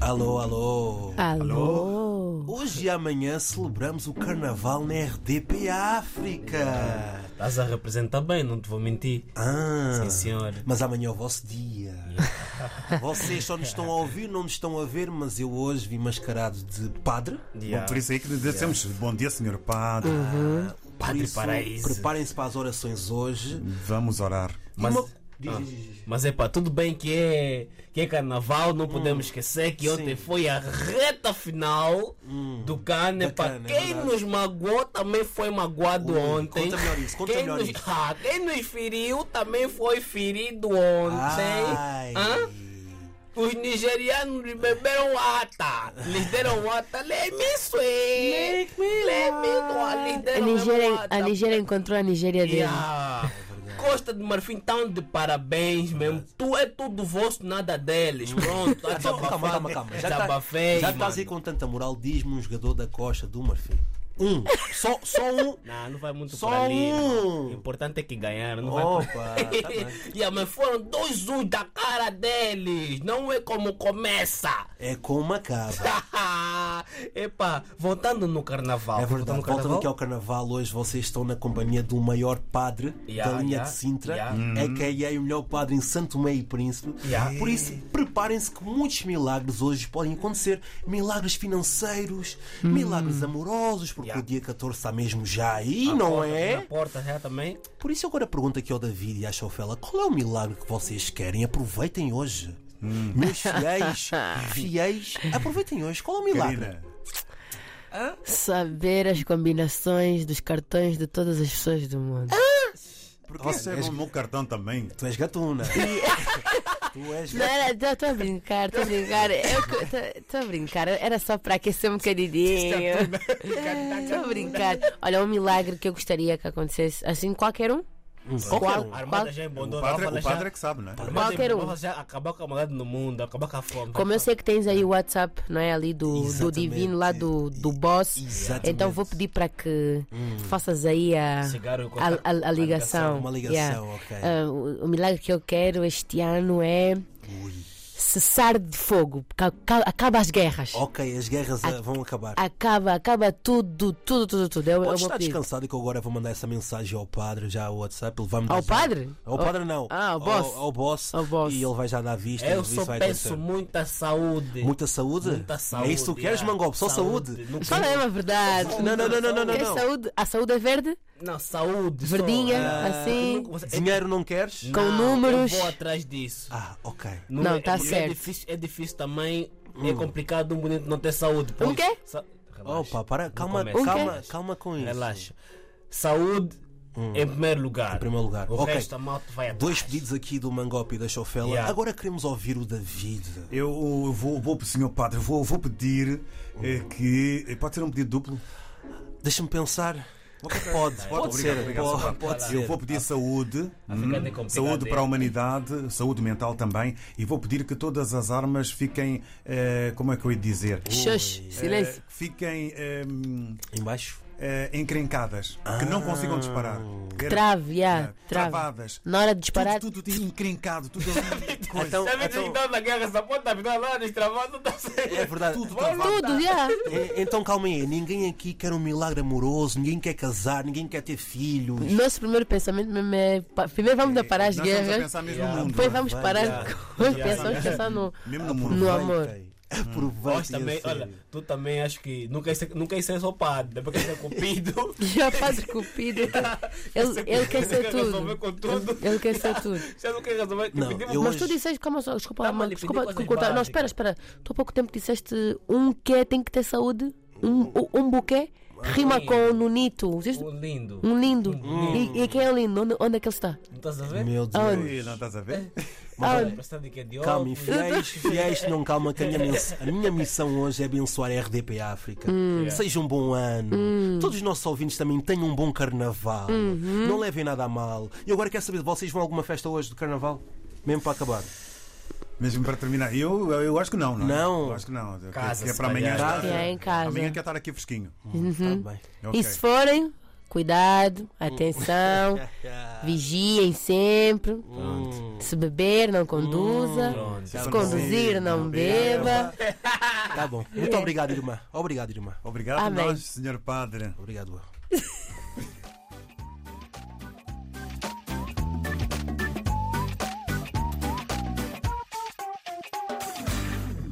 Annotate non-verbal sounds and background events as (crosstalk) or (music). Alô, alô. Alô? Hoje e amanhã celebramos o carnaval na RDP África. Estás a representar bem, não te vou mentir. Ah, Sim, senhor. mas amanhã é o vosso dia. Vocês só nos estão a ouvir, não nos estão a ver, mas eu hoje vim mascarado de padre. Yeah. Bom, por isso aí que dizemos bom dia, senhor padre. Por Padre isso, Paraíso. Preparem-se para as orações hoje. Vamos orar. Mas, Uma- Diz, diz, diz. mas é pá, tudo bem que é, que é carnaval, não Hum. podemos esquecer que ontem foi a reta final do carne. Hum. Da Para carne, é quem verdade. nos magoou também foi magoado ontem. conta melhor isso, conta quem melhor nos, isso. (laughs) Ah, quem nos feriu também foi ferido Ah. ontem. Ai. Hã? Os nigerianos beberam ata. Lhes deram ata. Let me sweet. Let me do a- lhes A deram mesmo Nigéria, ata. a Nigéria encontrou a Nigéria dele. Yeah. Costa de Marfim tão de parabéns mesmo. Tu é tudo vosso, nada deles. Pronto, tá Hum. Calma, calma, calma, desabafado. calma. Já, tá, Desabafei. já estás mano. aí com tanta moral, diz-me um jogador da costa do Marfim. Um, só, só um. Não, não vai muito Só por ali. um. mano. O importante é que ganharam. Não vai por... Opa, tá (laughs) bem. yeah, mas foram dois um da cara deles. Não é como começa. É como acaba. (laughs) Epá, voltando no carnaval. É verdade, voltando no voltando carnaval. aqui ao carnaval, hoje vocês estão na companhia do maior padre da Yeah, linha yeah, de Sintra, yeah. é que é o melhor padre em Santo Tomé e Príncipe. Yeah. Por isso, preparem-se que muitos milagres hoje podem acontecer: milagres financeiros, milagres amorosos, porque Yeah. Ah, o dia 14 está mesmo já aí, não Porta- é? Na porta já também. Por isso, agora pergunto aqui ao David e à Chaufela: qual é o milagre que vocês querem? Aproveitem hoje. Meus (laughs) fiéis, fiéis, aproveitem hoje. Qual é o milagre? Karina, Saber as combinações dos cartões de todas as pessoas do mundo. Ah! você é o meu cartão também. Tu és gatuna. (laughs) tu és Não, era, estou a brincar, estou a brincar. Estou a brincar, era só para aquecer um bocadinho. (laughs) Estou a brincar. Olha, um milagre que eu gostaria que acontecesse, assim, qualquer um. Qualquer um. A Armada já embondou. O padre, Rafa o já- padre é que sabe, né? Mas Qualquer em- um. já acabar com a maldade no mundo, acabar com a fome. Como eu sei que tens aí o WhatsApp, não é? Ali do, do Exatamente. divino, lá do, do boss. Exatamente. Hum. Então vou pedir para que faças aí a, Chegar ao a, a- a contato- a ligação. ligação, uma ligação, ok. Ah, o, o milagre que eu quero este ano é cessar de fogo. Ca- ca- Acaba as guerras. Ok, as guerras ah, vão acabar. Acaba, acaba tudo, tudo, tudo, tudo. É o- é o Pode meu estar pedido. descansado que eu agora vou mandar essa mensagem ao padre, já ao WhatsApp. Ele vai me Ao dizer- padre? Ao padre não. Ah, ao boss. Ao, boss. Ao boss. E ele vai já dar vista. É, Eu isso só vai peço acontecer. muita saúde. Muita saúde? Muita saúde. É isso que tu queres, é. Mangob? Só saúde? Não, Fala é uma verdade. Não, não, não, não, não, não. Quer saúde? A saúde é verde? não, saúde. só. É. Verdinha, assim. nunca- você- Dinheiro não queres? com Não, números. Eu vou atrás disso. Ah, ok. Não, é- tá é, certo. difícil, é difícil também. Hum. É complicado um bonito não ter saúde. Um quê? Sa... Relaxa. Opa, para, calma, começa. calma, Relaxa. calma com isso. Hum. Relaxa. Saúde em primeiro lugar. Em primeiro lugar. O Ok. resto a malta é, vai atrás. Dois pedidos aqui do Mangop e da Chofela. Yeah. Agora queremos ouvir o David. Eu eu vou, vou senhor padre, vou, vou pedir eh, Hum. que. eh, Pode ser um pedido duplo? Deixa-me pensar. Pode, pode, ser. pode, pode ser. Ah. Tá Eu vou pedir saúde, hum, é complicado, saúde é. para a humanidade, saúde mental também, e vou pedir que todas as armas fiquem, eh, como é que eu ia dizer, Shush, é. silêncio. Eh, fiquem em Embaixo. encrencadas, que não consigam disparar, É Quero- Trave, yeah, trave. travadas, Na hora de disparar. tudo, tudo encrencado, tudo (laughs) ali, coisa. Então, Sabe então- então... que na guerra, essa ponta vida lá, destravando, tá certo. É verdade. tudo travado. Tudo, yeah. É, Então calma aí, ninguém aqui quer um milagre amoroso, ninguém quer casar, ninguém quer ter filhos. Nosso primeiro pensamento mesmo é. pa- Primeiro vamos parar as Nós estamos a guerras. pensar mesmo Yeah. no mundo. é? Depois vamos Vai, parar yeah. com (laughs) as Yeah. pensões, pensar no. Mesmo no mundo. No amor. Aproveitem. Aproveitem. Nós também, a sério. olha, tu também acho que nunca ia ser, nunca ia ser só padre, depois que ser cupido. (laughs) Já Padre Cupido. Ele, ele quer ser tudo. resolver com tudo. Ele quer ser tudo. (laughs) Já não quer resolver. Não, pedimos- eu- Mas hoje- tu disseste, calma só, desculpa, Tá, mas mano, lhe pedi desculpa, coisas desculpa cortar. Não, básicas. espera, espera. Tu há pouco tempo disseste um que tem que ter saúde, um, um buquê, rima com nunito. Dizeste Um lindo. Um lindo. E, e quem é o lindo? Onde, onde é que ele está? Ah, Não estás a ver? Meu Deus. Ih, Não estás a ver? Mas prestando de que é de Calma, e óculos. fiéis, (laughs) fiéis, não calma, que a minha, mens- a minha missão hoje é abençoar a RDP África. Seja um bom ano. Todos os nossos ouvintes também tenham um bom carnaval. Não levem nada a mal. E agora quero saber, vocês vão a alguma festa hoje do carnaval? Mesmo para acabar? Mesmo para terminar, eu, eu acho que não, não é? Não. Eu acho que não. Que- Casa, que é se para amanhã. calhar. estar- É, em casa. Amanhã quer estar aqui fresquinho. Tá bem. Ok. Uh. E se forem, (laughs) cuidado, atenção, vigiem sempre. Pronto. Hum. Se beber, não conduza. Pronto. Se conduzir, não beba. Tá bom. Muito obrigado, irmã. Obrigado, irmã. Obrigado, Amém. nós, Senhor Padre. Obrigado.